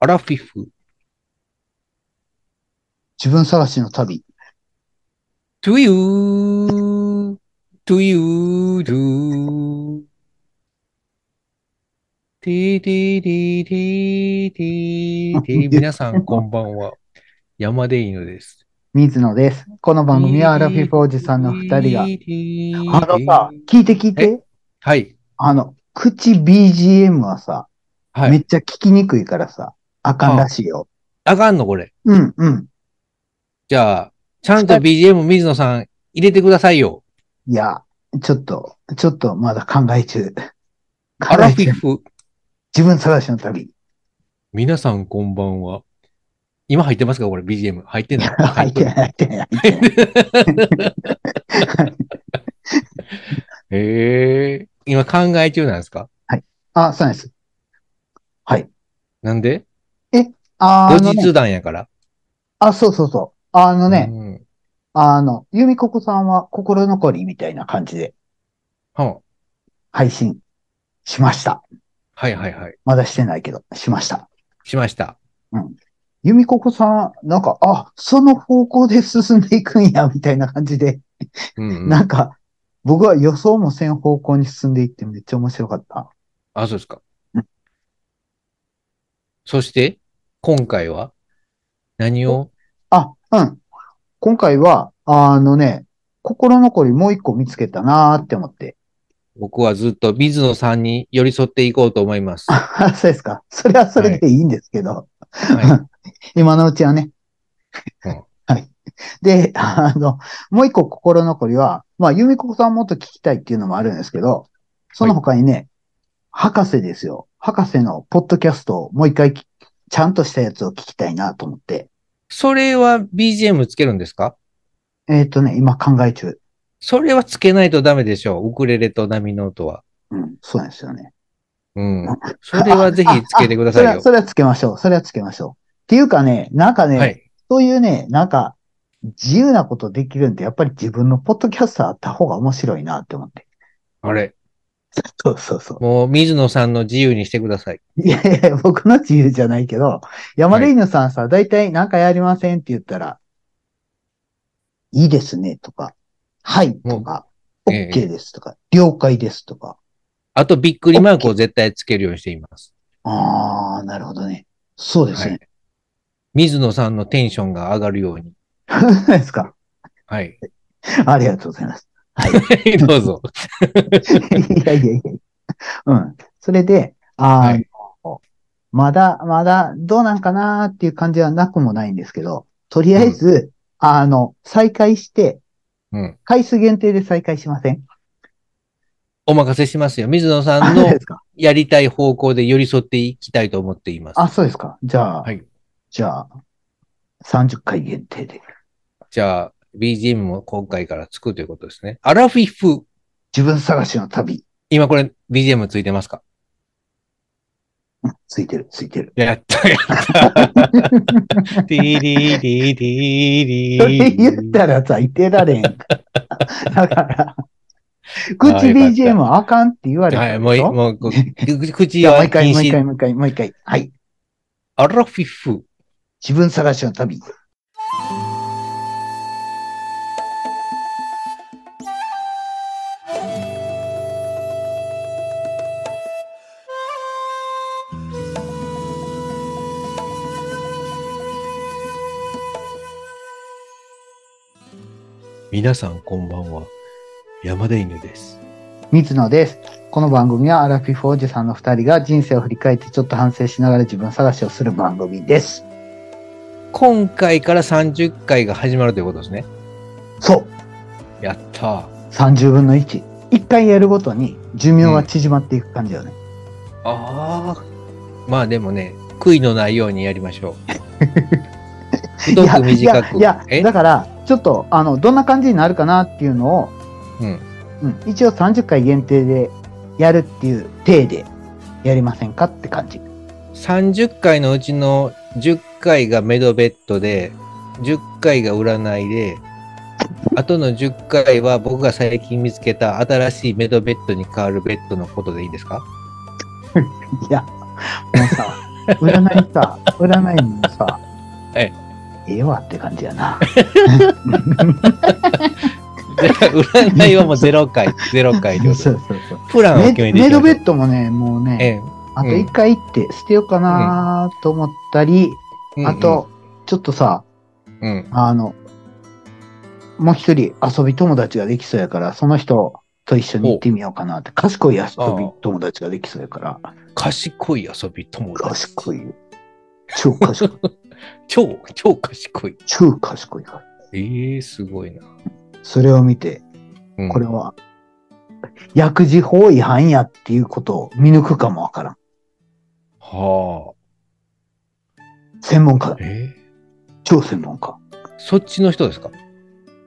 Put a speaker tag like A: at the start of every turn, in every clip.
A: アラフィフ、
B: 自分探しの旅。
A: トゥユー、トゥユー、ドゥー。ディディディディディ ディ。皆さん、こんばんは。山でいいのです。
B: 水野です。この番組はアラフィフおじさんの二人が。あのさ、聞いて聞いて。
A: はい、
B: あの、口 BGM はさ、
A: は
B: め
A: い。
B: っちゃ聞きにくいからさ、あかんらしいよ。
A: あかんの、これ。
B: うんうん。
A: じゃあ、ちゃんと BGM 水野さん入れてくださいよ。
B: いや、ちょっと、ちょっとまだ考え中。考
A: アラ
B: え
A: フ
B: 中
A: ィ。フ、
B: 自分探しの旅。
A: 皆さん、こんばんは。今入ってますかこれ BGM。入ってない。
B: 入ってない、入ってない。入ってない
A: へえ。今考え中なんですか
B: あ、そうなんです。
A: なんで
B: あ
A: 後
B: の、ね、
A: 日談やから。
B: あ、そうそうそう。あのね、
A: うん。
B: あの、由美ここさんは心残りみたいな感じで
A: は
B: 配信しました。
A: あはいはいはい。
B: まだしてないけど、しました。
A: しました。
B: 由美ここさん、なんか、あ、その方向で進んでいくんや、み たいな感じで、
A: うん、う。
B: なんんか、僕は予想もせん方向に進んでいってめっちゃ面白かった。
A: あ、そうですか
B: う。
A: そして、今回は何を
B: あ、うん。今回は、あのね、心残りもう一個見つけたなーって思って。
A: 僕はずっと水野さんに寄り添っていこうと思い ます。は
B: あ、そうですか。それはそれでいいんですけど。
A: い。
B: 今のうちはね。
A: うん
B: はい。で、あの、もう一個心残りは、まあ、由美子さんもっと聞きたいっていうのもあるんですけど、その他にね、博士ですよ。博士のポッドキャストをもう一回きちゃんとしたやつを聞きたいなと思って。
A: それは BGM つけるんですか
B: えっ、とね、今考え中。
A: それはつけないとダメでしょう。ウクレレと波の音は。
B: うん、そうなんですよね。
A: うん。それはぜひつけてくださ
B: あ
A: い
B: あ
A: よ
B: そ。れは、それはつけましょう。それはつけましょう。っていうかね、なんかね、
A: はい。
B: そういうね、なんか、自由なことできるんで、やっぱり自分のポッドキャストあった方が面白いなって思って。
A: あれ。
B: そうそうそう。
A: もう水野さんの自由にしてください。
B: いやいや、僕の自由じゃないけど、山田犬さんさ、大体何かやりませんって言ったら、いいですねとか、はいとか、
A: うんええ
B: OK ですとか、了解ですとか。
A: あと、びっくりマークを絶対つけるようにしています。
B: あー、なるほどね。そうですね。
A: 水野さんのテンションが上がるように。
B: そう ですか。
A: はい。
B: ありがとうござ います。
A: どうぞ。
B: いやいやいや。うん。それで、あーまだ、まだ、どうなんかなーっていう感じはなくもないんですけど、とりあえず、あの、再開して、
A: うん。
B: 回数限定で再開しません
A: お任せしますよ。水野さ
B: あ
A: ん
B: そう
A: の
B: ですか。
A: やりたい方向で寄り添っていきたいと思っています。
B: あ、そうですか。じゃあ、
A: はい
B: じゃあ、30回限定で。
A: じゃあ、BGM も今回からつくということですね。アラフィフ。
B: 自分探しの旅。
A: 今これ BGM ついてますか
B: うんついてる、ついてる。
A: やった、やった。ディリリリリ
B: それ 言ったらさ、いてられ ん。だから、口 BGM あかんって言われ
A: はい、
B: た
A: もう
B: でし
A: い、
B: ょ。
A: もう、こ口
B: じゃあ、も
A: は
B: う一回、
A: 禁
B: もう一
A: 止
B: 回、。もう一回、もう一回。はい。
A: アラフィフ。
B: 自分探しの旅。
A: 皆さんこんばんは。山田犬です。
B: 水野です。この番組はアラフィフおじさんの二人が人生を振り返ってちょっと反省しながら自分探しをする番組です。
A: 今回から30回が始まるということですね。
B: そう。
A: やった
B: 30分の1。一回やるごとに寿命は縮まっていく感じよね。
A: ああー。まあでもね、悔いのないようにやりましょう。
B: い
A: 太
B: や
A: く短く。
B: いやい
A: え
B: や、だから、ちょっと、あの、どんな感じになるかなっていうのを、
A: うん。
B: うん、一応30回限定でやるっていう体でやりませんかって感じ。
A: 30回のうちの10回がメドベッドで、10回が占いで、あとの10回は僕が最近見つけた新しいメ ドベッドに変わるベッドのことでいいですか
B: いや、もうさ、占いさ、占いもさ、
A: はい
B: ええわって感じやな。
A: じゃあ占いはもうゼロ回、ゼロ回って
B: そう
A: こ
B: そ
A: と
B: うそう。
A: プランを
B: メ
A: 決めてい
B: メ
A: き
B: ド
A: ま
B: ベ
A: しょう
B: ッドもね、もう
A: え
B: ね、
A: え
B: あと一回行って捨てようかなと思ったり、
A: うんうん
B: あと、ちょっとさ、
A: うん。
B: あの、もう一人遊び友達ができそうやから、その人と一緒に行ってみようかなって、賢い遊び友達ができそうやから、
A: 賢い遊び友達。
B: 賢いよ。超賢い。
A: 超、超賢い。
B: 超賢いから。
A: ええすごいな。
B: それを見て、
A: うん
B: これは、薬事法違反やっていうことを見抜くかもわからん。
A: は
B: 専門家
A: あ。。ええ
B: 超専門家。
A: そっちの人ですか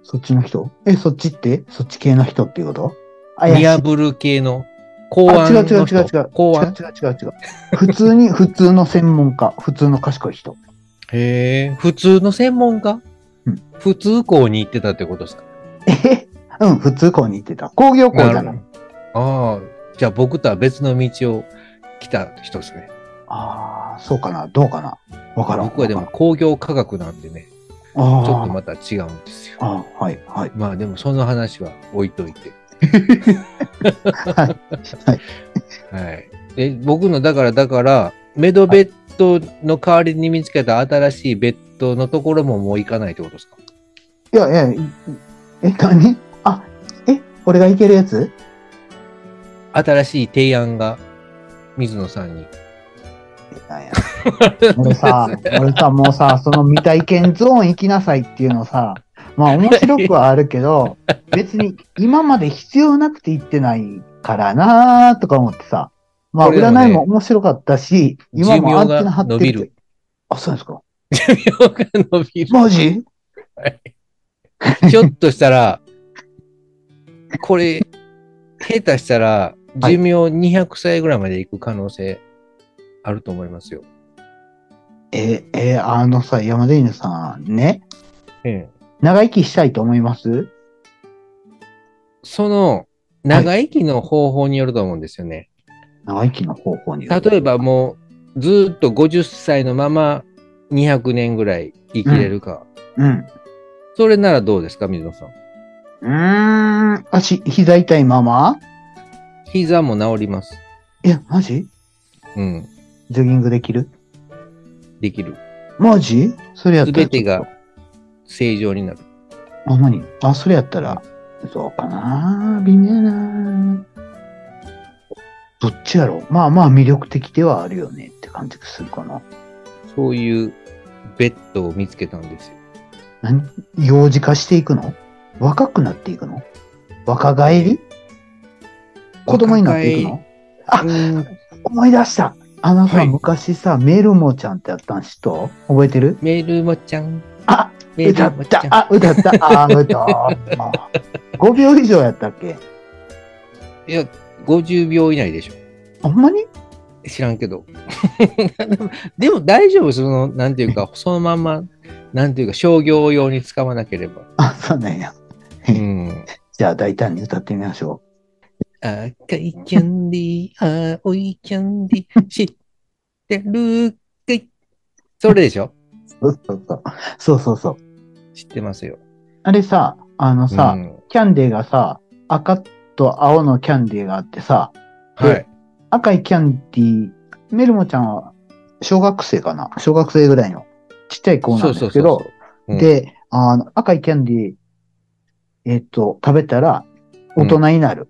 B: そっちの人え、そっちってそっち系の人っていうこと怪し
A: 見
B: い。
A: 破る系の公
B: あ、
A: 安
B: 違
A: の
B: う違う
A: 人。
B: 違う違う。
A: 公安
B: 違う違う違う違う。普通に、普通の専門家。普通の賢い人。
A: へえ、普通の専門家、
B: うん
A: 普通校に行ってたってことですか
B: え うん、普通校に行ってた。工業校じゃ
A: な
B: な
A: る
B: い。
A: ほどああ、じゃあ僕とは別の道を来た人ですね。
B: ああ、そうかな。どうかな。わからん。
A: 僕はでも工業科学なんでね、
B: わからん、
A: ちょっと
B: あ
A: また違うんですよ。
B: あ、ああはい、はい。
A: まあでもその話は置いといて。
B: はい。
A: はい。で、僕のだからだから、メドベッドの代わりに見つけた新しいベッドのところももう行かないってことですか
B: いや、いや、いいえ、何あ、え、俺が行けるやつ
A: 新しい提案が水野さんに。
B: なんや 俺さ、俺さ、もうさ、その未体験ゾーン行きなさいっていうのさ、まあ面白くはあるけど、別に今まで必要なくて行ってないからなーとか思ってさ、まあ
A: これでもね
B: 占いも面白かったし、今
A: 寿命
B: も
A: が
B: アンテナ張って
A: 伸びる
B: あ、そうですか。
A: 寿命が伸びる。
B: マジ
A: ちょっとしたら、これ、下手したら、
B: は
A: 寿
B: い
A: 命200歳ぐらいまで行く可能性あると思いますよ。
B: え、え、あのさ、山田犬さん、ね、
A: ええ、
B: 長生きしたいと思います
A: その、長生きの方法によると思うんですよね。
B: 長生きの方法による。
A: 例えばもう、ずーっと50歳のまま200年ぐらい生きれるか。
B: うん。
A: それならどうですか、水野さん。
B: うーん、足、膝痛いまま
A: 膝も治ります。
B: え、マジ
A: うん、
B: ジョギングできる
A: できる。
B: マジそれやった
A: す
B: ら。
A: べてが。正常になる。
B: あ、なにあ、それやったら、そうかな微妙やなどっちやろまあまあ魅力的ではあるよねって感じがするかな。
A: そういうベッドを見つけたんですよ。
B: 何幼児化していくの若くなっていくの若返り子供になっていくのあ
A: うん
B: 思い出したあのさ、
A: はい
B: 昔さ、メルモちゃんってやったんしと覚えてる
A: メルモちゃん。
B: あ
A: メル
B: 歌っ
A: モち
B: た
A: ゃん。
B: あ、歌ったあ、歌った 5秒以上やったっけ
A: いや、50秒以内でしょ。
B: あんまに
A: 知らんけど。 でも大丈夫、その、なんていう か、そのまんま、なんていうか、商業用に使わなければ。
B: あ、そうなんや。
A: うん。
B: じゃあ大胆に歌ってみましょ
A: 赤いキャンディー、青いキャンディー、知ってるかいそれでしょ
B: う。そうそうそう。そうそうそう。
A: 知ってますよ。
B: あれさ、あのさ、
A: うん
B: キャンデーがさ、赤と青のキャンデーがあってさ、
A: はい。
B: 赤いキャンディー、メルモちゃんは小学生かな小学生ぐらいのちっちゃい子なんですけど、
A: そううん
B: で、あの、赤いキャンディー、えっと、食べたら大人になる。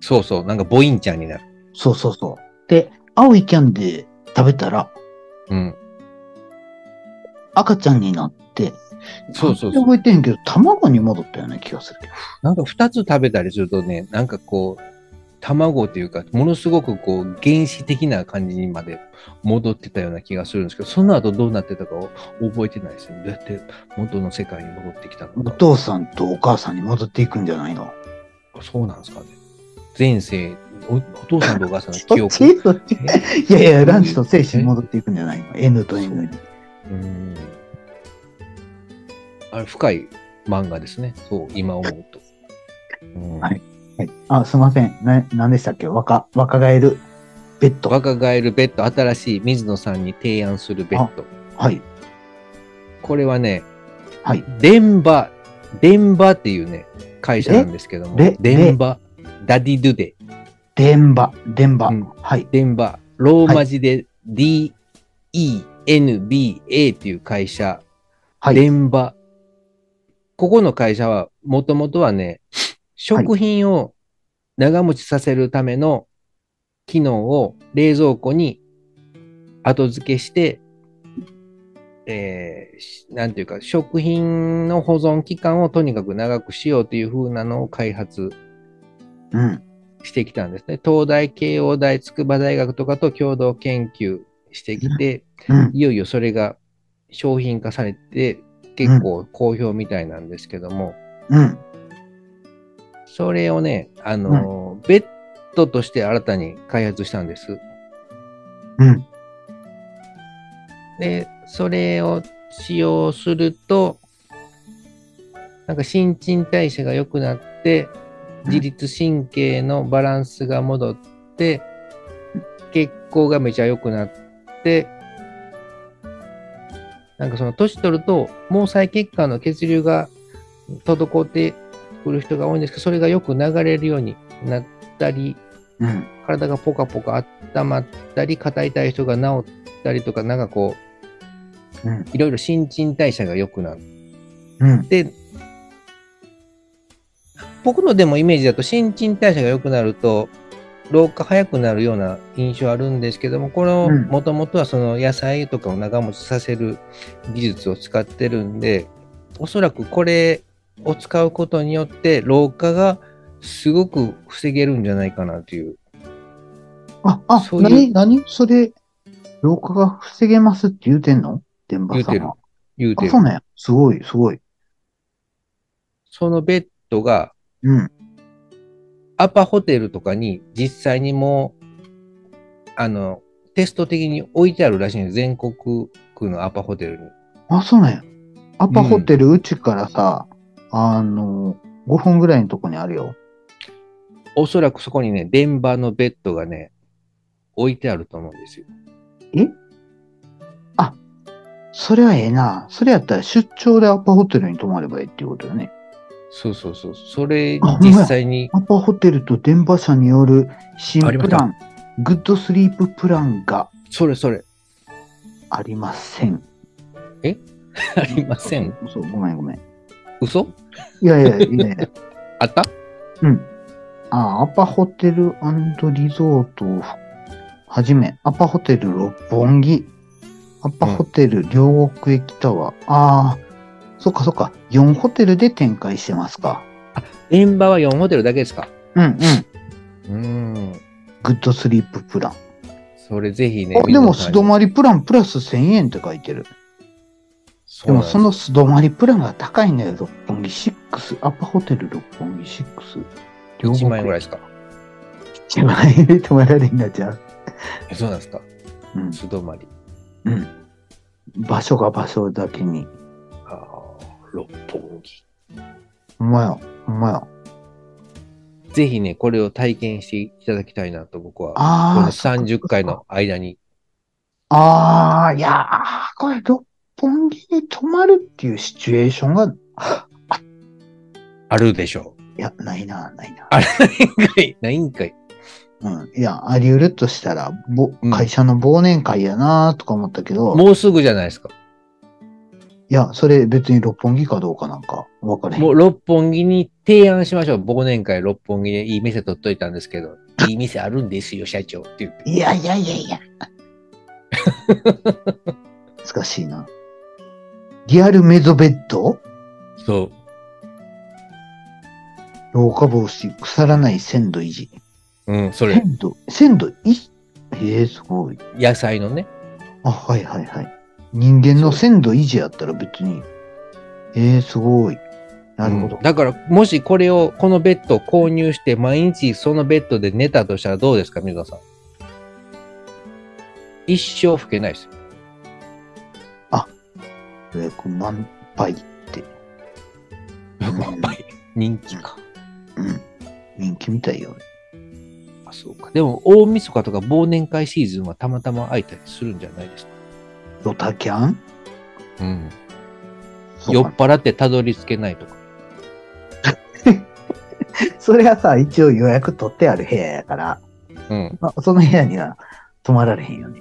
A: そうそう、なんか、ボインちゃんになる。
B: そうそうそう。で、青いキャンディー食べたら
A: うん。
B: 赤ちゃんになって、
A: そうそうそう
B: 覚えてへんけど、卵に戻ったような気がするけど。
A: なんか二つ食べたりするとね、なんかこう、卵というか、ものすごくこう、原始的な感じにまで戻ってたような気がするんですけど、その後どうなってたかを覚えてないですよね。どうやって元の世界に戻ってきたの
B: お
A: か。
B: 父さんとお母さんに戻っていくんじゃないの
A: そうなんですかね。前世、おお父さんとお母 さんの記
B: そっ
A: 憶。
B: ちそっち
A: え
B: いやいや、卵子と精子に戻っていくんじゃないの ?N と N に。
A: うん。あれ、深い漫画ですね。そう、今思うと。うん
B: はいはい。あ、すいません。な、何でしたっけ若、若返る。ベッド。
A: 若返るベッド、新しい水野さんに提案するベッド。
B: はい。
A: これはね、
B: はい。
A: 電波、電波っていうね、会社なんですけども
B: レレ、
A: 電波、ダディドゥデ、
B: 電波、電波。
A: うん
B: はい。
A: 電波、ローマ字で DENBA っていう会社
B: はい。
A: 電場。ここの会社は、もともとはね、食品を長持ちさせるための機能を冷蔵庫に後付けして、えーしなんていうか、食品の保存期間をとにかく長くしようという風なのを開発
B: うん。
A: してきたんですね。東大、慶応大、筑波大学とかと共同研究してきて、
B: うん。
A: いよいよそれが商品化されて、結構好評みたいなんですけども、
B: うん。
A: それをね、あのー、ベッドとして新たに開発したんです。
B: うん。
A: で、それを使用すると、なんか新陳代謝が良くなって、自律神経のバランスが戻って、血行がめちゃ良くなって、なんかその年取ると、毛細血管の血流が滞ってくる人が多いんですけど、それがよく流れるようになったり、
B: うん。
A: 体がポカポカ温まったり、硬い体人が治ったりとか、なんかこう、
B: うん
A: いろいろ新陳代謝が良くなっ
B: うん。
A: て、僕のでもイメージだと新陳代謝が良くなると、老化早くなるような印象あるんですけども、これを
B: うん
A: もともとはその野菜とかを長持ちさせる技術を使ってるんで、おそらくこれを使うことによって老化がすごく防げるんじゃないかなという
B: あ、あ、
A: そうい
B: 何何それ、老化が防げますって言うてんの電波
A: 言う
B: さん
A: てる
B: は。
A: 言うて
B: あ、
A: る
B: そうなんや。すごい、すごい。
A: そのベッドが
B: うん。
A: アパホテルとかに実際にもう、あの、テスト的に置いてあるらしいんです。全国区のアパホテルに。
B: あ、そうなんや。アパホテル、うちからさ、あの、5分ぐらいのとこにあるよ。
A: おそらくそこにね、電波のベッドがね、置いてあると思うんですよ。
B: それはええな。それやったら出張でアパホテルに泊まればいいっていうことよね。
A: そうそうそう。それ
B: あ、ほんまや
A: 実際に、
B: アパホテルと電波社による新
A: ありま
B: プ
A: し
B: ラ
A: た
B: ン、グッドスリーププランが
A: それそれ、
B: ありません。
A: ありません。
B: そう、ごめんごめん。
A: 嘘
B: いやいやいやいや。
A: あった
B: うん。あ、アパホテルリゾートをはじめ、アパホテル六本木、アパホテル両国駅タワー。ああ、そっかそっか。4ホテルで展開してますか。
A: 電波は4ホテルだけですか
B: うんうん。
A: うーん。
B: グッドスリーププラン。
A: それぜひね
B: あ、、でも素泊
A: り。
B: まりプランプラス1000円って書いてる。
A: そ
B: で
A: うなん
B: も
A: です
B: その素泊まりプランが高いんだよ。六本木6。アパホテル六本木6。両
A: 1万円ぐらい
B: い。
A: ですか
B: 1万円で泊まられるんだじゃう。
A: えそうなんですか
B: うん。
A: 素泊まり。
B: うん。場所が場所だけに。
A: あー六本木。
B: ほんまや、ほんまや。
A: ぜひね、これを体験していただきたいなと僕は、こ
B: あ
A: の
B: あ、そっか
A: 30回。の間に。
B: ああ、いやー、これ、六本木に泊まるっていうシチュエーションが、い
A: あるでしょ う。
B: や、ないな、ないな。
A: あれないんかいないんかい
B: うん。いや、あり得るとしたら、ぼ
A: うん
B: 会社の忘年会やなーとか思ったけど、い
A: もうすぐじゃないですか。
B: や、それ別に六本木かどうかなんか、わからへん。
A: もう六本木に提案しましょう。忘年会六本木でいい店取っといたんですけど、いい店あるんですよ、社長って言って。
B: いやいやいやいや。 難しいな。リアルメゾベッド
A: そう。
B: 老化防止、腐らない鮮度維持。
A: うん、そ れ、
B: 鮮度、鮮度い、ええすごい。
A: 野菜のね。
B: あ、はいはいはい。人間の鮮度維持やったら別に。ええすごい。なるほど
A: うん。だから、もしこれを、このベッドを購入して、毎日そのベッドで寝たとしたらどうですか、水 野さん。一生吹けないですよ。
B: 6万杯って。
A: 人気か。
B: うん。人気みたいよ。
A: か、そうか。でも、大晦日とか忘年会シーズンはたまたま空いたりするんじゃないですか。
B: ドタキャン
A: うん。
B: そう
A: 酔
B: か
A: っ払ってたどり着けないとか。
B: それはさ、一応予約取ってある部屋やから、
A: うん。
B: まあ、その部屋には泊まられへんよね。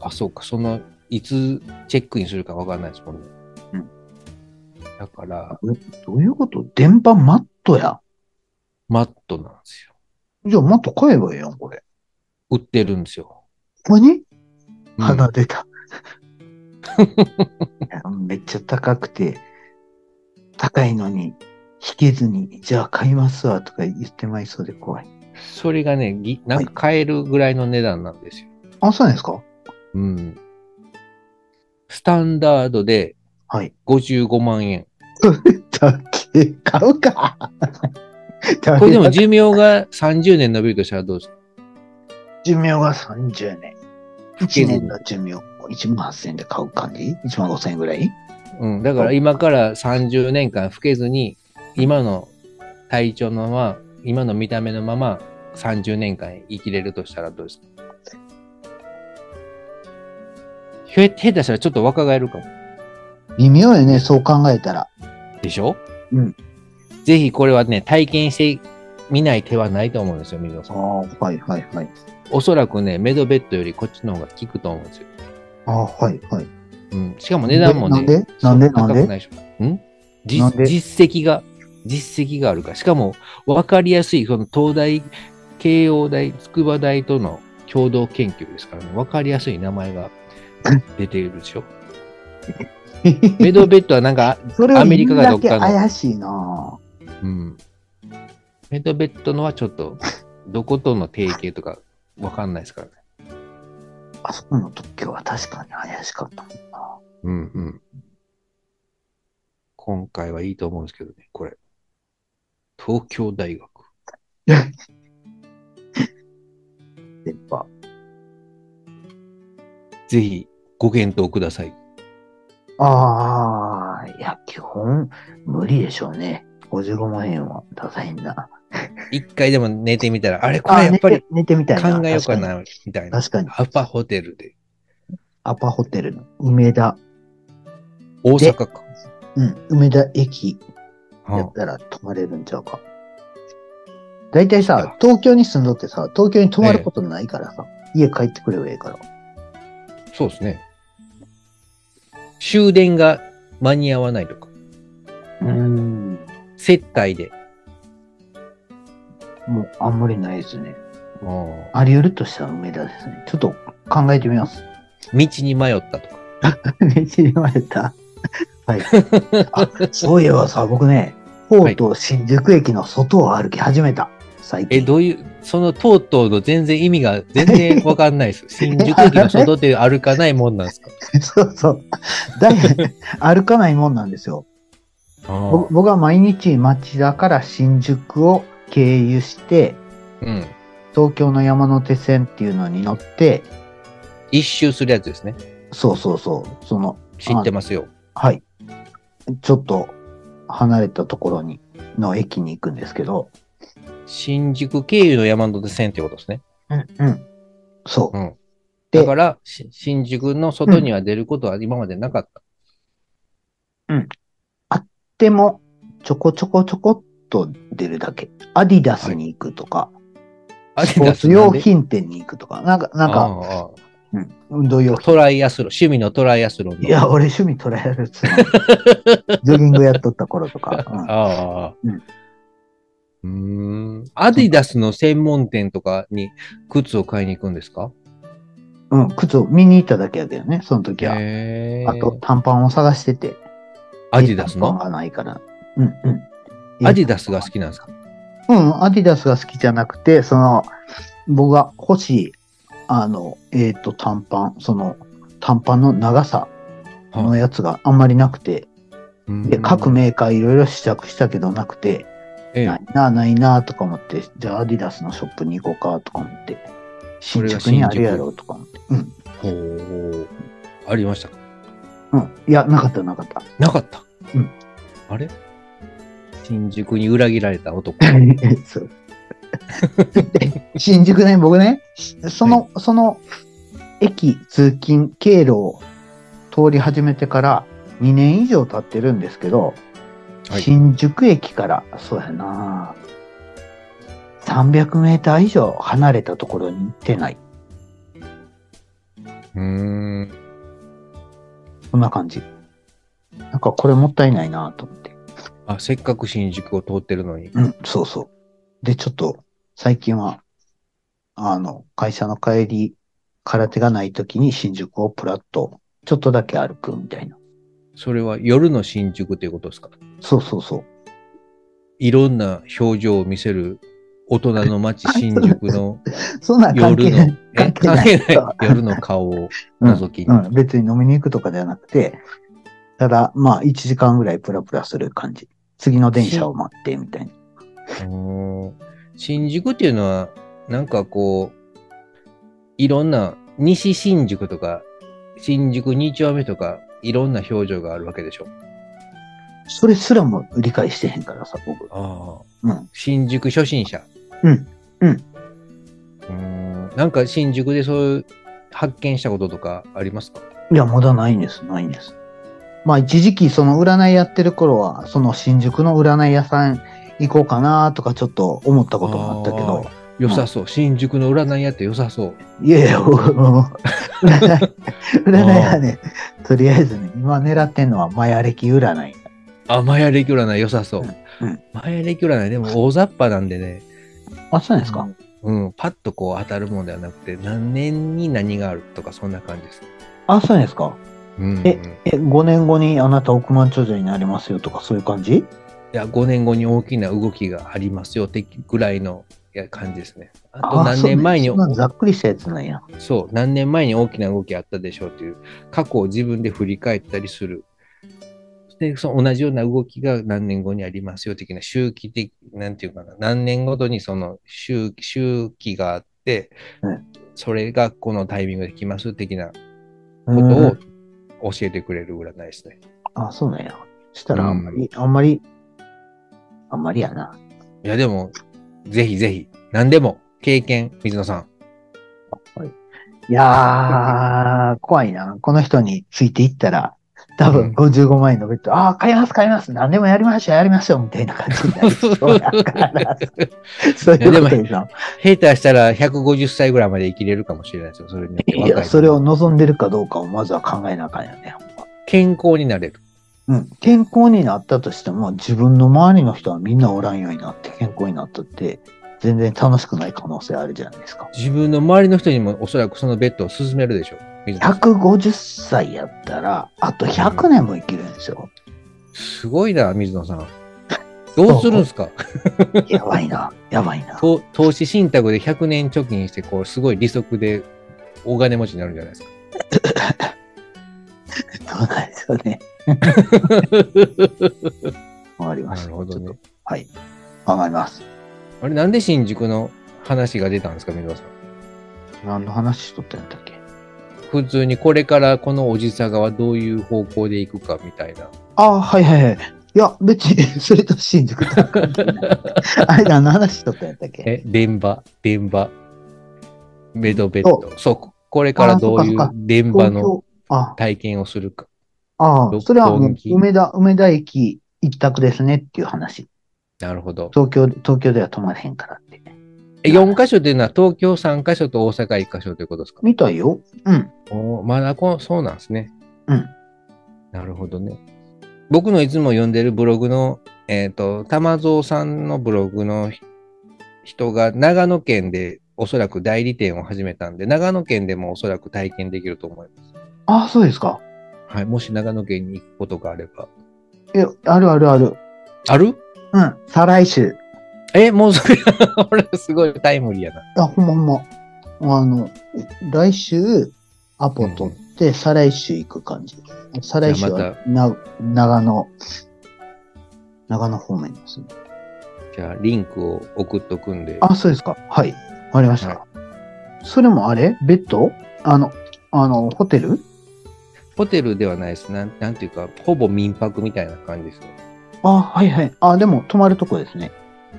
A: あ、そうか。その、いつチェックインするかわからないですもんね。
B: うん。
A: だから、
B: どういうこと電波マットや。
A: マットなんですよ。
B: じゃあマット買えばいいやん、これ。
A: 売ってるんですよ。
B: ここに
A: うん
B: 鼻 出た。いやめっちゃ高くて、高いのに、引けずに、じゃあ買いますわとか言ってまいそうで怖い。
A: それがね、ぎなんか買えるぐらいの値段なんですよ。
B: あ、そうなんですか
A: うん。スタンダードで
B: はい。
A: 55万円。
B: だっけ、買うか。
A: これでも
B: 誰が
A: 寿命が30年伸びるとしたらどうですか
B: 寿命が30年。
A: け
B: 1
A: ずに
B: 年の寿命、1万8000円で買う感じ ?1 万5000円ぐらい
A: うん。だから今から30年間老けずに、今の体調のまま、今の見た目のまま30年間生きれるとしたらどうですかひょ下手したらちょっと若返るかも。
B: 微妙よね、そう考えたら。
A: でしょ
B: うん。
A: ぜひこれはね、体験してみない手はないと思うんですよ、水野さ
B: あ
A: ん。
B: あ、はいはいはい。
A: おそらくね、メドベッドよりこっちの方が効くと思うんですよ。
B: ああ、はいはい。
A: うん。しかも値段もね、
B: なんで
A: そ
B: な
A: うん
B: でなん
A: 高く
B: で
A: ないでしょ。んじ
B: なんで
A: 実績が、実績があるから。しかも、わかりやすい、その東大、慶応大、筑波大との共同研究ですからね、わかりやすい名前 が出ているでしょ。メドベッドはなんか、
B: それは
A: アメリカがどっ
B: だ
A: か
B: け
A: の
B: 怪しいな
A: うん。メドベッドのはちょっと、どことの提携とかわかんないですからね。
B: ぁあそこの特許は確かに怪 しかったもんな
A: うんうん。今回はいいと思うんですけどね、これ。東京大学。
B: 電波。
A: ぜひご検討ください。
B: ああ、いや、基本、無理でしょうね。55万円はダサいな。
A: 一回でも寝てみたら、あれこ
B: あ
A: れ
B: あ
A: やっぱり
B: 寝て寝てみたいな。
A: 考えようか
B: 確かに。
A: な、みたいな。
B: 確かに
A: アパホテルで。
B: アパホテルの梅田。
A: 大阪か。
B: うん、梅田駅
A: う
B: や
A: ん
B: ったら泊まれるんちゃうか。大体
A: い
B: さ
A: や、
B: 東京に住んどってさ、東京に泊まることないからさ、家帰ってくればいいから。
A: そうですね。終電が間に合わないとか、
B: うん。
A: 接待で。
B: もうあんまりないですね。
A: うん
B: あり得るとしたら梅田ですね。ちょっと考えてみます。
A: 道に迷ったとか。
B: ねじりま れた。はい。あ、そういえばさ、僕ね、とうとう新宿駅の外を歩き始めた。最近。
A: え、どういう、そのとうとうの全然意味が全然わかんないです。 新宿駅の外で歩かないもんなんですか。
B: そうそう。だい歩かないもんなんですよ。
A: あ
B: ぼ僕は毎日町田から新宿を経由して、
A: ーうん。
B: 東京の山手線っていうのに乗って、
A: 一周するやつですね。
B: そうそうそう、その、
A: 知ってますよ。
B: はい。ちょっと離れたところに、の駅に行くんですけど、
A: 新宿経由の山手線ってことですね。
B: うん、うん。そうう。
A: ん。
B: で
A: だから、し新宿の外には出ることは今までなかった。
B: でも、ちょこちょこちょこっと出るだけ。アディダスに行くとか、
A: アデ
B: スポ
A: ィ
B: ー
A: ダス
B: ツ
A: な
B: 用
A: んで
B: 品店に行くとか、なんか、なんか、
A: ああ
B: うん、運動用
A: ああ
B: 品。
A: トライアスロン、趣味のトライアスロンの。
B: いや、俺趣味トライアルつな ジョギングやっとった頃とか。うん
A: ああ。うん。アディダスの専門店とかに靴を買いに行くんですか
B: うん、靴を見に行っただけやけどね、その時は。
A: へえ
B: あと、短パンを探してて。
A: アディダス
B: 短
A: の
B: パンがないから。うんうん。
A: アディダスが好きなんですか
B: うん、アディダスが好きじゃなくて、その、僕が欲しい、あの、えっ、と、短パン、その、短パンの長さのやつがあんまりなくて、で、各メーカーいろいろ試着したけどなくて、
A: ええ
B: ないな、ないな、とか思って、じゃあアディダスのショップに行こうか、とか思って、
A: そ
B: 新
A: れが
B: 宿にあるやろ、とか思って。うん。
A: ほうありましたか
B: うん。いや、なかった、なかった。
A: なかった。
B: うん
A: あれ新宿に裏切られた男。
B: そう。で新宿ね、僕ね、その、その、駅通勤経路を通り始めてから2年以上経ってるんですけど、
A: はい
B: 新宿駅から、そうやな300メーター以上離れたところに行ってない。
A: うーん。
B: こんな感じ。なんかこれもったいないなと思って。
A: あ、せっかく新宿を通ってるのに。
B: うん、そうそう。で、ちょっと、最近は、あの、会社の帰り、空手がない時に新宿をプラッと、ちょっとだけ歩くみたいな。
A: それは夜の新宿ということですか
B: そうそうそう。
A: いろんな表情を見せる大人の街新宿 の
B: そんなん関係
A: 夜
B: ない
A: の、。え
B: 関係ない
A: 関係ない夜の顔を覗きに。
B: うん、別に飲みに行くとかではなくて、ただ、まあ、1時間ぐらいプラプラする感じ。次の電車を待って、みたいな。
A: うーん新宿っていうのは、なんかこう、いろんな、西新宿とか、新宿2丁目とか、いろんな表情があるわけでしょ。
B: それすらも理解してへんからさ、僕。
A: あ
B: う
A: あ
B: ん。
A: 新宿初心者。
B: うん。うん
A: うーん。なんか新宿でそういう発見したこととかありますか
B: いや、まだないんです、ないんです。まあ、一時期、その占いやってる頃は、その新宿の占い屋さん行こうかなとか、ちょっと思ったこともあったけど、
A: 良さそう。新宿の占い屋って良さそう。
B: いやい や、僕もう占い、占いはね、とりあえずね、今狙ってんのはマヤ暦占い。
A: あ、マヤ歴占い良さそう。
B: うん
A: マヤ歴占いでも大雑把なんでね。
B: あ、そうなんですか、
A: うん、パッとこう当たるものではなくて、何年に何があるとか、そんな感じです。
B: あ、そうなんですか
A: うん、うん。
B: え
A: い
B: え、5年後にあなた億万長者になりますよとか、そういう感じ
A: や、5年後に大きな動きがありますよ、的ぐらいのいや感じですね。あと何年前に、
B: あそうねそんなざっくりしたやつなんや。
A: そう、何年前に大きな動きあったでしょうという、過去を自分で振り返ったりする。で、その同じような動きが何年後にありますよ、的な周期的、なんていうかな、何年ごとにその周期周期があって、
B: うん
A: それがこのタイミングで来ます、的な
B: う
A: こ
B: ん
A: とを教えてくれる占いですね。
B: あ、そうなんや。したら、あんまり、あんまり、あんまりやな。
A: いや、でも、ぜひぜひ、何でも、経験、水野さん。
B: いやー、怖いな。この人についていったら、多
A: う
B: 分
A: ん
B: 55万円のベッド、ああ、買います、買います。何でもやりましょう、やりましょう、みたいな感じになりそうだから、そういうことでさ。
A: 下手したら150歳ぐらいまで生きれるかもしれないですよ、それによって
B: い
A: 若い
B: や、それを望んでるかどうかをまずは考えなあかんよね。
A: 健康になれる。
B: うん。健康になったとしても、自分の周りの人はみんなおらんようになって、健康になったって、全然楽しくない可能性あるじゃないですか。
A: 自分の周りの人にもおそらくそのベッドを勧めるでしょう。水野さん
B: 150歳やったら、あと100年も生きるんですよ。
A: すごいな、水野さん。どうするんですか
B: やばいな、やばいな。
A: と投資信託で100年貯金して、こう、すごい利息で大金持ちになるんじゃないですか。
B: そうなんですよ ね。わかりまし
A: な
B: た。
A: るほど
B: ちょっ
A: ね
B: と。はい。わかります。
A: あれ、なんで新宿の話が出たんですか、水野さん。
B: 何の話しとったんだっけ
A: 普通にこれからこのおじさがはどういう方向で行くかみたいな。
B: ああ、はいはいはい。いや、別に、 それと新宿とは関係ない。あれ何の話しとったんだっけ
A: え、電場、電場、ベドベッド。そう、これからどうい
B: あーそうっか
A: 電場の。
B: あ
A: 体験をするか。
B: あ
A: 六本
B: あ、
A: 木
B: それはもう梅田、梅田駅一択ですねっていう話。
A: なるほど。
B: 東京、東京では止まれへんからって。
A: え4カ所というのは東京3カ所と大阪1カ所ということですか
B: みたいよ。うん。
A: おーまだこそうなんですね。
B: うん。
A: なるほどね。僕のいつも読んでるブログの、えっ、と、玉蔵さんのブログのひ人が長野県でおそらく代理店を始めたんで、長野県でもおそらく体験できると思います。
B: ああ、そうですか。
A: はい。もし長野県に行くことがあれば。
B: え、あるあるある。
A: ある
B: うん。再来週。
A: え、もうそれ、 俺すごいタイムリーやな。
B: あ、ほんまほんま。あの、来週、アポ取って、再来週行く感じ。再来
A: じ
B: 週
A: ゃあ
B: は、な、長野、長野方面ですね。
A: じゃあ、リンクを送っとくんで。
B: あ、そうですか。はい。わかりました。
A: は
B: それもあれベッドあの、あの、ホテル
A: ホテルではないです。なん、なんていうか、ほぼ民泊みたいな感じですね。
B: あ、はいはい。あ、でも、泊まるとこですね。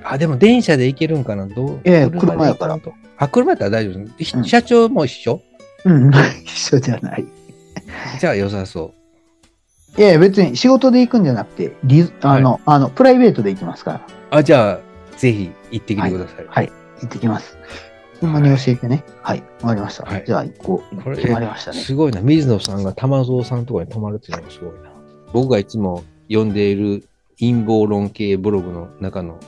A: あ、でも電車で行けるんかなどう
B: ええ
A: で行かんと。あ、車やったら大丈夫です
B: うん
A: ひ。社長も一緒、
B: うん、 一緒じゃない。
A: じゃあ良さそ
B: いやいや、別に仕事で行くんじゃなくて、リズあの、あの、プライベートで行きますから。
A: う。あ、じゃあ、ぜひ行ってきてください。
B: はい行ってきます。ほんまに教えてね。はい、わかりました。
A: はい
B: じゃあ、一個、
A: これ
B: 決まりましたね。
A: すごいな。水野さんが玉蔵さんとかに泊まるっていうのがすごいな。僕がいつも読んでいる陰謀論系ブログの中の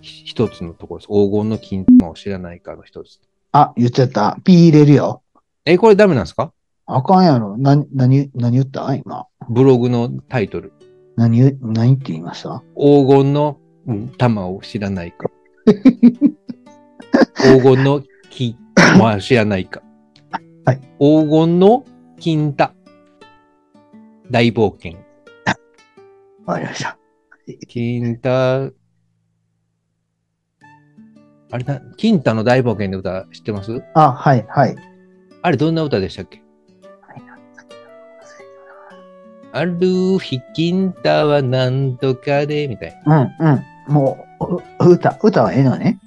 A: ひ一つのところです。黄金の金玉を知らないかの一つ。
B: あ、言っちゃった。ピー入れるよ。
A: え、これダメなんですか
B: あかんやろ。な、何、何言った今。
A: ブログのタイトル。
B: 何言、何って言いました
A: 黄金のうん玉を知らないか。 黄金の金玉を知らないか。
B: はい
A: 黄金の金太。大冒険。
B: わかりました。
A: 金太。あれな、金太の大冒険の歌知ってます
B: あ、はい、はい。
A: あれどんな歌でしたっけある日金太はなんとかで、みたいな。
B: うん、うん。もう、う歌、歌はええのね。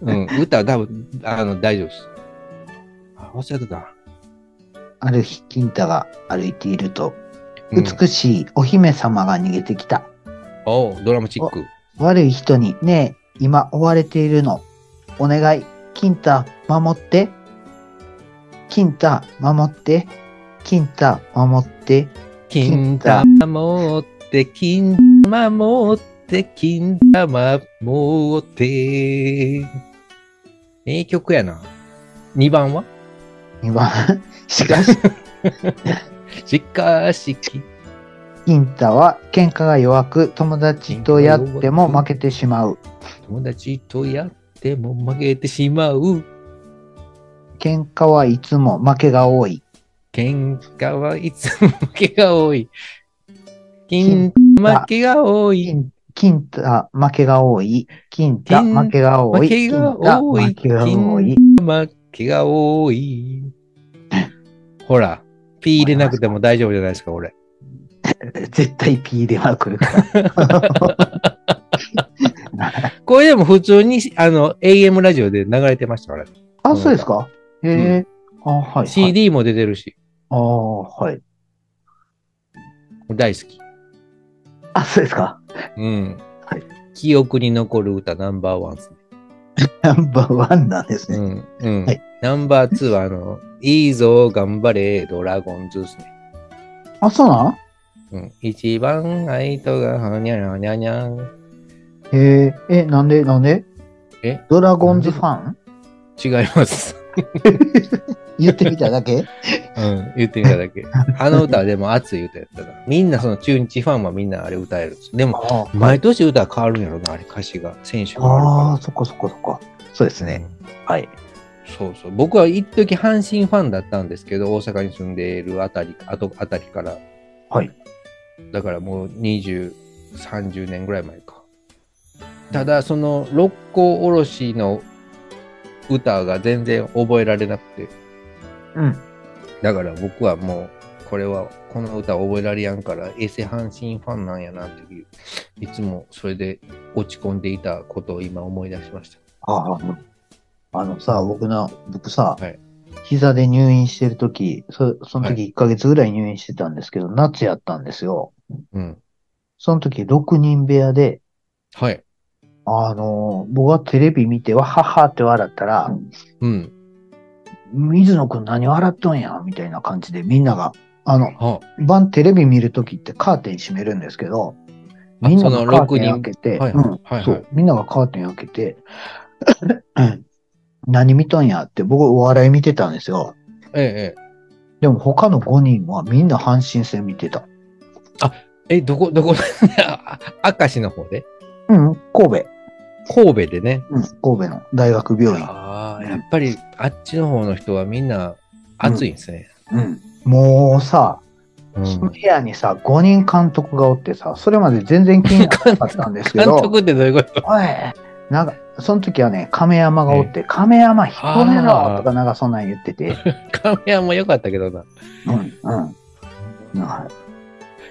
A: うん、 歌は多分、あの、大丈夫です。あ、忘れてた。
B: ある日、金太が歩いていると、
A: うん、
B: 美しいお姫様が逃げてきた。
A: おうドラマチック。
B: 悪い人に、ねえ、今追われているの。お願い、金太、守って。金太、守って。金太、守って。
A: 金
B: 太
A: 玉持って、金玉持って、金玉持って。名曲やな。2番は
B: 2番。 しかし、
A: しかし、き
B: 金太は喧嘩が弱く、友達とやっても負けてしまう。
A: 友達とやっても負けてしまう。
B: 喧嘩はいつも負けが多い。
A: 喧嘩はいつも負けが多い。金玉負けが多い。
B: 金金太、負けが多い。金太、
A: 金
B: 負けが多
A: 負
B: い。
A: けが多い
B: 金太負けが多い。
A: まあ、毛が多い。ほら、ピー入れなくても大丈夫じゃないですか、俺。
B: 絶対 P では来るから。
A: これでも普通に、あの、AM ラジオで流れてましたから。
B: あ、そうですかへえ。あ、はいはい。
A: CD も出てるし、
B: ああ、はい。
A: 大好き。
B: あ、そうですか。
A: うん。
B: はい
A: 記憶に残る歌ナンバーワンですね。
B: ナンバーワンなんです
A: う
B: ね。
A: ん。うん。
B: はい
A: ナンバーツーは、あの、いいぞ、頑張れ、ドラゴンズですね。
B: あ、そうなん
A: うん。一番愛とが、はにゃにゃにゃにゃん。
B: へえ。え、なんで、なんで
A: え
B: ドラゴンズファン
A: 違います。
B: 言ってみただけ
A: うん、言ってみただ け。あの歌はでも熱い歌やったな。みんなその中日ファンはみんなあれ歌えるんです。でも、
B: あ
A: 毎年歌は変わるんやろな、あれ歌詞が、選手が変
B: あ
A: わ
B: ー、そっかそっかそっか。そうです
A: るから。
B: ね。
A: うん
B: はい。
A: そうそう。僕は一時阪神ファンだったんですけど、大阪に住んでいるあたり、あとあたりから。
B: はい。
A: だからもう20、30年ぐらい前か。ただ、その、六甲おろしの歌が全然覚えられなくて。
B: うん。
A: だから僕はもう、これは、この歌覚えられやんから、衛星阪神ファンなんやなっていう、いつもそれで落ち込んでいたことを今思い出しました。
B: ああ、あのさ、僕な、僕さ、
A: はい
B: 膝で入院してるとき、そその
A: は
B: 時1ヶ月ぐらい入院してたんですけど、夏やったんですよ。
A: うん。
B: その時6人部屋で、
A: はい。
B: あのー僕はテレビ見て、わははって笑ったら、
A: うん。
B: 水野くん何笑っとんやみたいな感じで、みんなが、あの、
A: は
B: 晩テレビ見るときってカーテン閉めるんですけど、
A: あ
B: みんな
A: そ
B: が
A: の
B: カーテン
A: 6人
B: 開けて、
A: はい
B: うん
A: はいはい
B: そう、みんながカーテン開けて、 何見とんやって、僕お笑い見てたんですよ。
A: ええ。
B: でも他の5人はみんな阪神戦見てた。
A: え、えどこ、どこ、あ 明石の方で
B: うん、神戸。
A: 神戸でね。
B: うん、神戸の大学病院。
A: ああ、やっぱりあっちの方の人はみんな熱いんですね。
B: うん。もうさ、
A: うん
B: その部屋にさ、5人監督がおってさ、それまで全然気にならなかったんですけ
A: 監
B: ど、
A: 督ってどういうこと
B: おい、なんか、その時はね、亀山がおって、亀山引っ込め
A: あ
B: ろ
A: ー
B: とかなんかそんなん言ってて、
A: 亀山も良かったけどな。
B: うん、うん。はい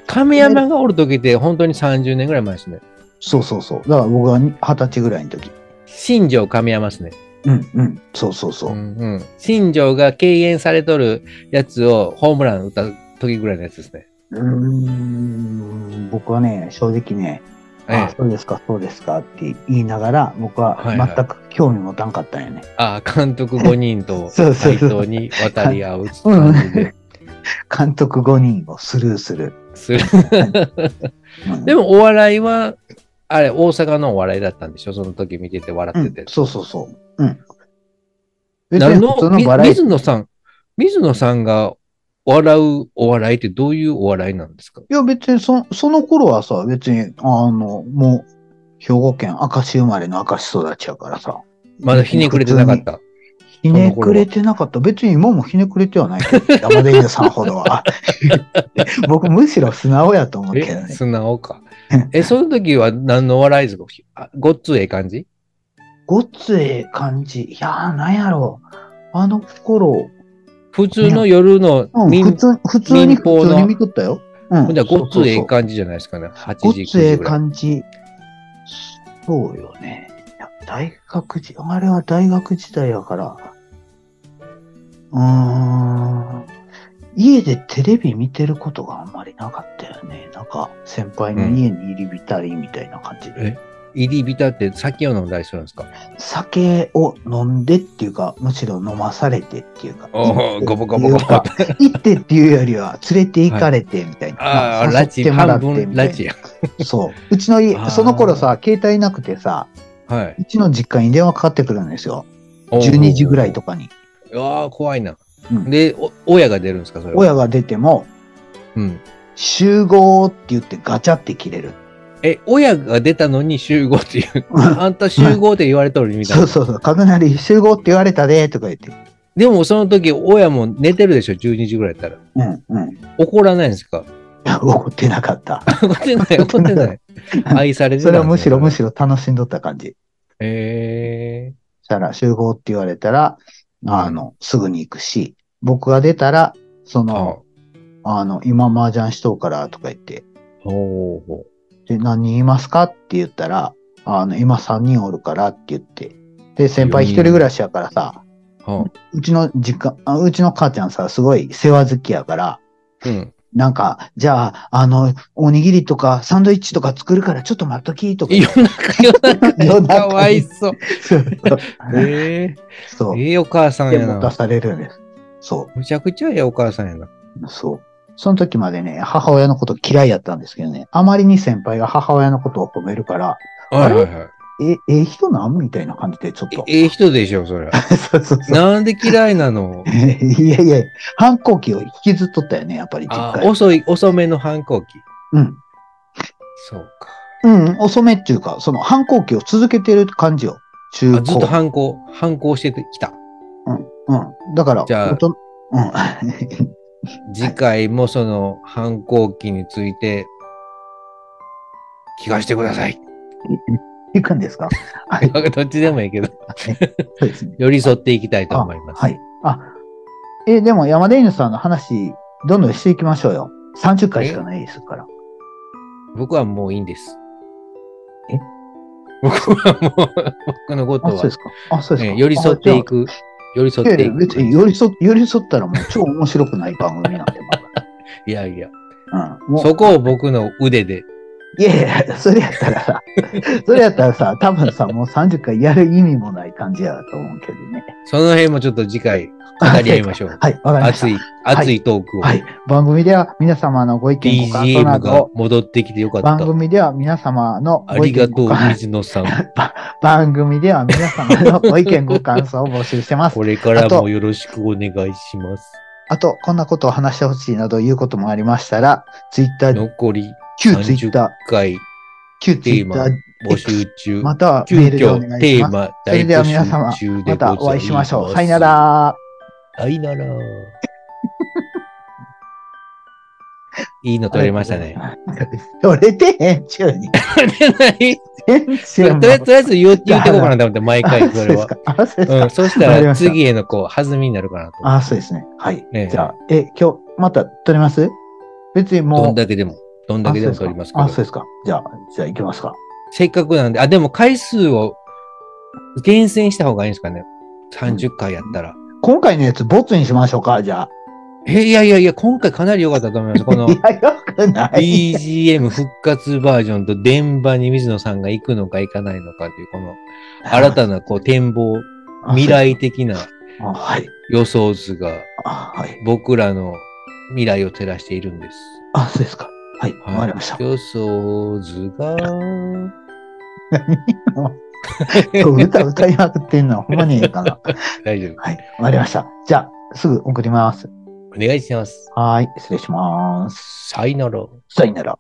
A: 亀山がおる時って本当に30年ぐらい前ですね。
B: そうそうそう。だから僕はに二十歳ぐらいの時。
A: 新庄亀山ですね。
B: うんうん。そうそうそうう。
A: んうん。新庄が敬遠されとるやつをホームラン打った時ぐらいのやつですね。
B: うーん。僕はね、正直ね、あ
A: ええ、
B: そうですか、そうですかって言いながら、僕は
A: はいはい
B: 全く興味持たんかったんよね。
A: ああ、監督5人と
B: そうそう
A: 対
B: そう
A: 等に渡り合う 感じで。
B: 監督5人をスルーする。
A: する
B: うん
A: でもお笑いは、あれ、大阪のお笑いだったんでしょその時見てて笑
B: う
A: って
B: ん
A: て。
B: そうそうそう。うん。別
A: 何
B: に
A: の
B: 普通の
A: み
B: バラエティ
A: 水野さん、水野さんが笑うお笑いってどういうお笑いなんですか
B: いや別にそ、その頃はさ、別に、あの、もう、兵庫県明石生まれの明石育ちやからさ、
A: まだひねくれてなかった。
B: ひねくれてなかった。別に今もひねくれてはない けど、山田犬さんほどは。僕むしろ素直やと思うけど
A: え、
B: ね。
A: 素直か。え、その時は何の笑いですかあごっつええ感じ
B: ごっつええ感じ。いやー、なんやろう。あの頃、
A: 普通の夜の
B: うん、
A: 民
B: 普通、普通に、
A: 民放の
B: 普通に見とったよ。う
A: ほん
B: ん。
A: じゃごっつええ
B: そうそうそう
A: 感じじゃないですかね。8
B: ごっ
A: 時
B: つええ
A: 9時ぐらい。
B: 感じ。そうよね。いや大学時、あれは大学時代やから。うーん。家でテレビ見てることがあんまりなかったよね。なんか、先輩の家に入り浸りみたいな感じで。
A: え入り浸って酒を飲んだりするんですか
B: 酒を飲んでっていうか、むしろ飲まされてっていうか。
A: おー
B: 行って
A: ゴボゴボゴボ
B: っていうか行ってっていうよりは、連れて行かれてみたいな。
A: ああ、
B: ま
A: 拉
B: 誘って
A: 致、
B: もらっ
A: 半
B: てみたいな
A: 分拉致や。
B: そう。うちの家
A: あー、
B: その頃さ、携帯なくてさ、
A: はい。
B: うちの実家に電話かかってくるんですよ。12時ぐらいとかに。
A: ああ、怖いな。
B: うん
A: で、お親が出るんですかそれは。
B: 親が出ても、
A: うん。
B: 集合って言ってガチャって切れ る。
A: え、親が出たのに集合っていう。あんた集合って言われとるみたい
B: そ
A: な。
B: うそうそう。かぐなり集合って言われたで、とか言って。
A: でもその時、親も寝てるでしょ ?12 時ぐらいだったら。
B: うんうん。
A: 怒らないんです か
B: 怒ってなかった。
A: 怒ってない、怒ってない。愛されてた
B: そ
A: んです
B: れは
A: ね
B: むしろむしろ楽しんどった感じ。
A: え
B: そしたら集合って言われたら、あの、すぐに行くし、僕が出たら、そ
A: ー。
B: の、
A: あ
B: あの、今麻雀しとうから、とか言って、
A: ほうほ
B: で、何人いますかって言ったら、あの、今3人おるからって言って。で、先輩一人暮らしやからさ、
A: う。は
B: うちの実家、あうちの母ちゃんさ、すごい世話好きやから、
A: あうん。
B: なんか、じゃあ、あの、おにぎりとかサンドイッチとか作るからちょっと待っときとか。
A: 夜中、夜中。
B: 夜中
A: かわいそう。
B: そう
A: え
B: そ
A: え。
B: う。
A: ええお母さん
B: で、
A: や
B: 持た
A: な。
B: されるんです。そ
A: むちゃくちゃええお母さんやな。
B: う。そう。その時までね、母親のこと嫌いやったんですけどね、あまりに先輩が母親のことを褒めるから、
A: は
B: あ
A: い
B: れ
A: はいはい。
B: え、ええ人なんみたいな感じでちょっと。
A: ええ人でしょ、 それ。
B: そうそうそう。
A: なんで嫌いなの
B: いやいや、反抗期を引きずっとったよね、やっぱり実
A: あ
B: 家に。
A: 遅い、遅めの反抗期。
B: うん。
A: そうか。
B: うん、遅めっていうか、その反抗期を続けてる感じよ。中
A: あ
B: 高。
A: ずっと反抗、反抗してきた。
B: うん。だから、
A: じゃあ
B: 大人うん。
A: 次回もその反抗期について、聞かせてください。
B: 行くんで すかはい。
A: どっちでもいいけ ど、
B: そうですね。
A: 寄り添っていきたいと思います。
B: はい。あ、え、でも山田犬さんの話、どんどんしていきましょうよ。30回しかないですから。
A: 僕はもういいんです。
B: え
A: 僕はもう、 僕のこと
B: あ、そう
A: は
B: で、すか。あ、そうです
A: ね
B: か。
A: 寄り添っていく、寄り
B: あ。
A: 添
B: じ
A: っ
B: ゃあい
A: てい
B: やいや、
A: く
B: 別。に寄り添寄り添ったらもう超面白くない番組なんで、
A: いやいや、
B: まだ。うん。もう
A: そこを僕の腕で。
B: いやいや、それやった らさ、それやったらさ、多分さ、もう30回やる意味もない感じやと思うけどね。
A: その辺もちょっと次回語り合いましょう。
B: はい、わかりました。
A: 熱い、熱いトークを。
B: はい、番組では皆様のご意見、ご感想
A: BGM
B: など
A: が
B: を、
A: 戻ってきてよかった
B: 番。組では皆様の
A: あ
B: ご意
A: りが
B: 見
A: と
B: ご
A: う、
B: 感想、
A: 水野 さん。
B: 番組では皆様のご意見、ご感想を募集してます
A: こ。れからもよろしくお願いします。
B: あと、こんなことを話してほしいなどいうこともありましたら、ツイッター、
A: 残り
B: 旧ツイッ
A: 30
B: タ
A: 回
B: ー、旧ツ
A: テ
B: イ
A: ー
B: ッタ
A: マ
B: ー、
A: 募集中。
B: または
A: 急
B: メールでお
A: 遽
B: 願い
A: テ
B: し
A: ー
B: ます。
A: マ
B: それ
A: 大
B: では
A: 募
B: 皆様
A: 集中で
B: ま
A: ござい
B: た
A: ます。
B: お会いしましょう。さよな。ら。
A: さよなら。 いいの取れましたね。
B: 取れてへんちゅうに。
A: 取れない。とり
B: 全 然も
A: あえ
B: う
A: ず、とりあえず言う言ってこうかなと思って、毎回
B: あ
A: そ
B: そう
A: れ
B: です
A: は。
B: か。あ、そうです
A: う
B: か
A: ん。。そした
B: わかり
A: ら
B: ました
A: 次へのこう、弾みになるかなと。
B: あ、そうですね。はい。
A: ええ
B: じゃあ、え、今日、また撮れます別にもう。
A: どんだけでも、どんだけでも取りますけど
B: あ、そう。ですか。あそうですかじゃあ、じゃあ行きますか。
A: せっかくなんで、あ、でも回数を厳選した方がいいんですかね。30回やったら。
B: 今回のやつ、ボツにしましょうか、じゃあ。
A: え、いやいやいや、今回かなり良かったと思います。この
B: いや、よくない。
A: BGM 復活バージョンと電波に水野さんが行くのか行かないのかっていう、この新たなこう展望、未来的な
B: あ。はい。
A: 予想図が
B: あ、はい。
A: 僕らの未来を照らしているんです。
B: あ、そうですか。はい。わ、
A: はい
B: かりました。
A: 予想図が、
B: こう歌歌いまくってんのはほんまにいいかな。
A: 大丈夫。
B: はい。わかりました。じゃあ、すぐ送ります。
A: お願いします。
B: はーい。失礼します。
A: さよなら。
B: さよなら。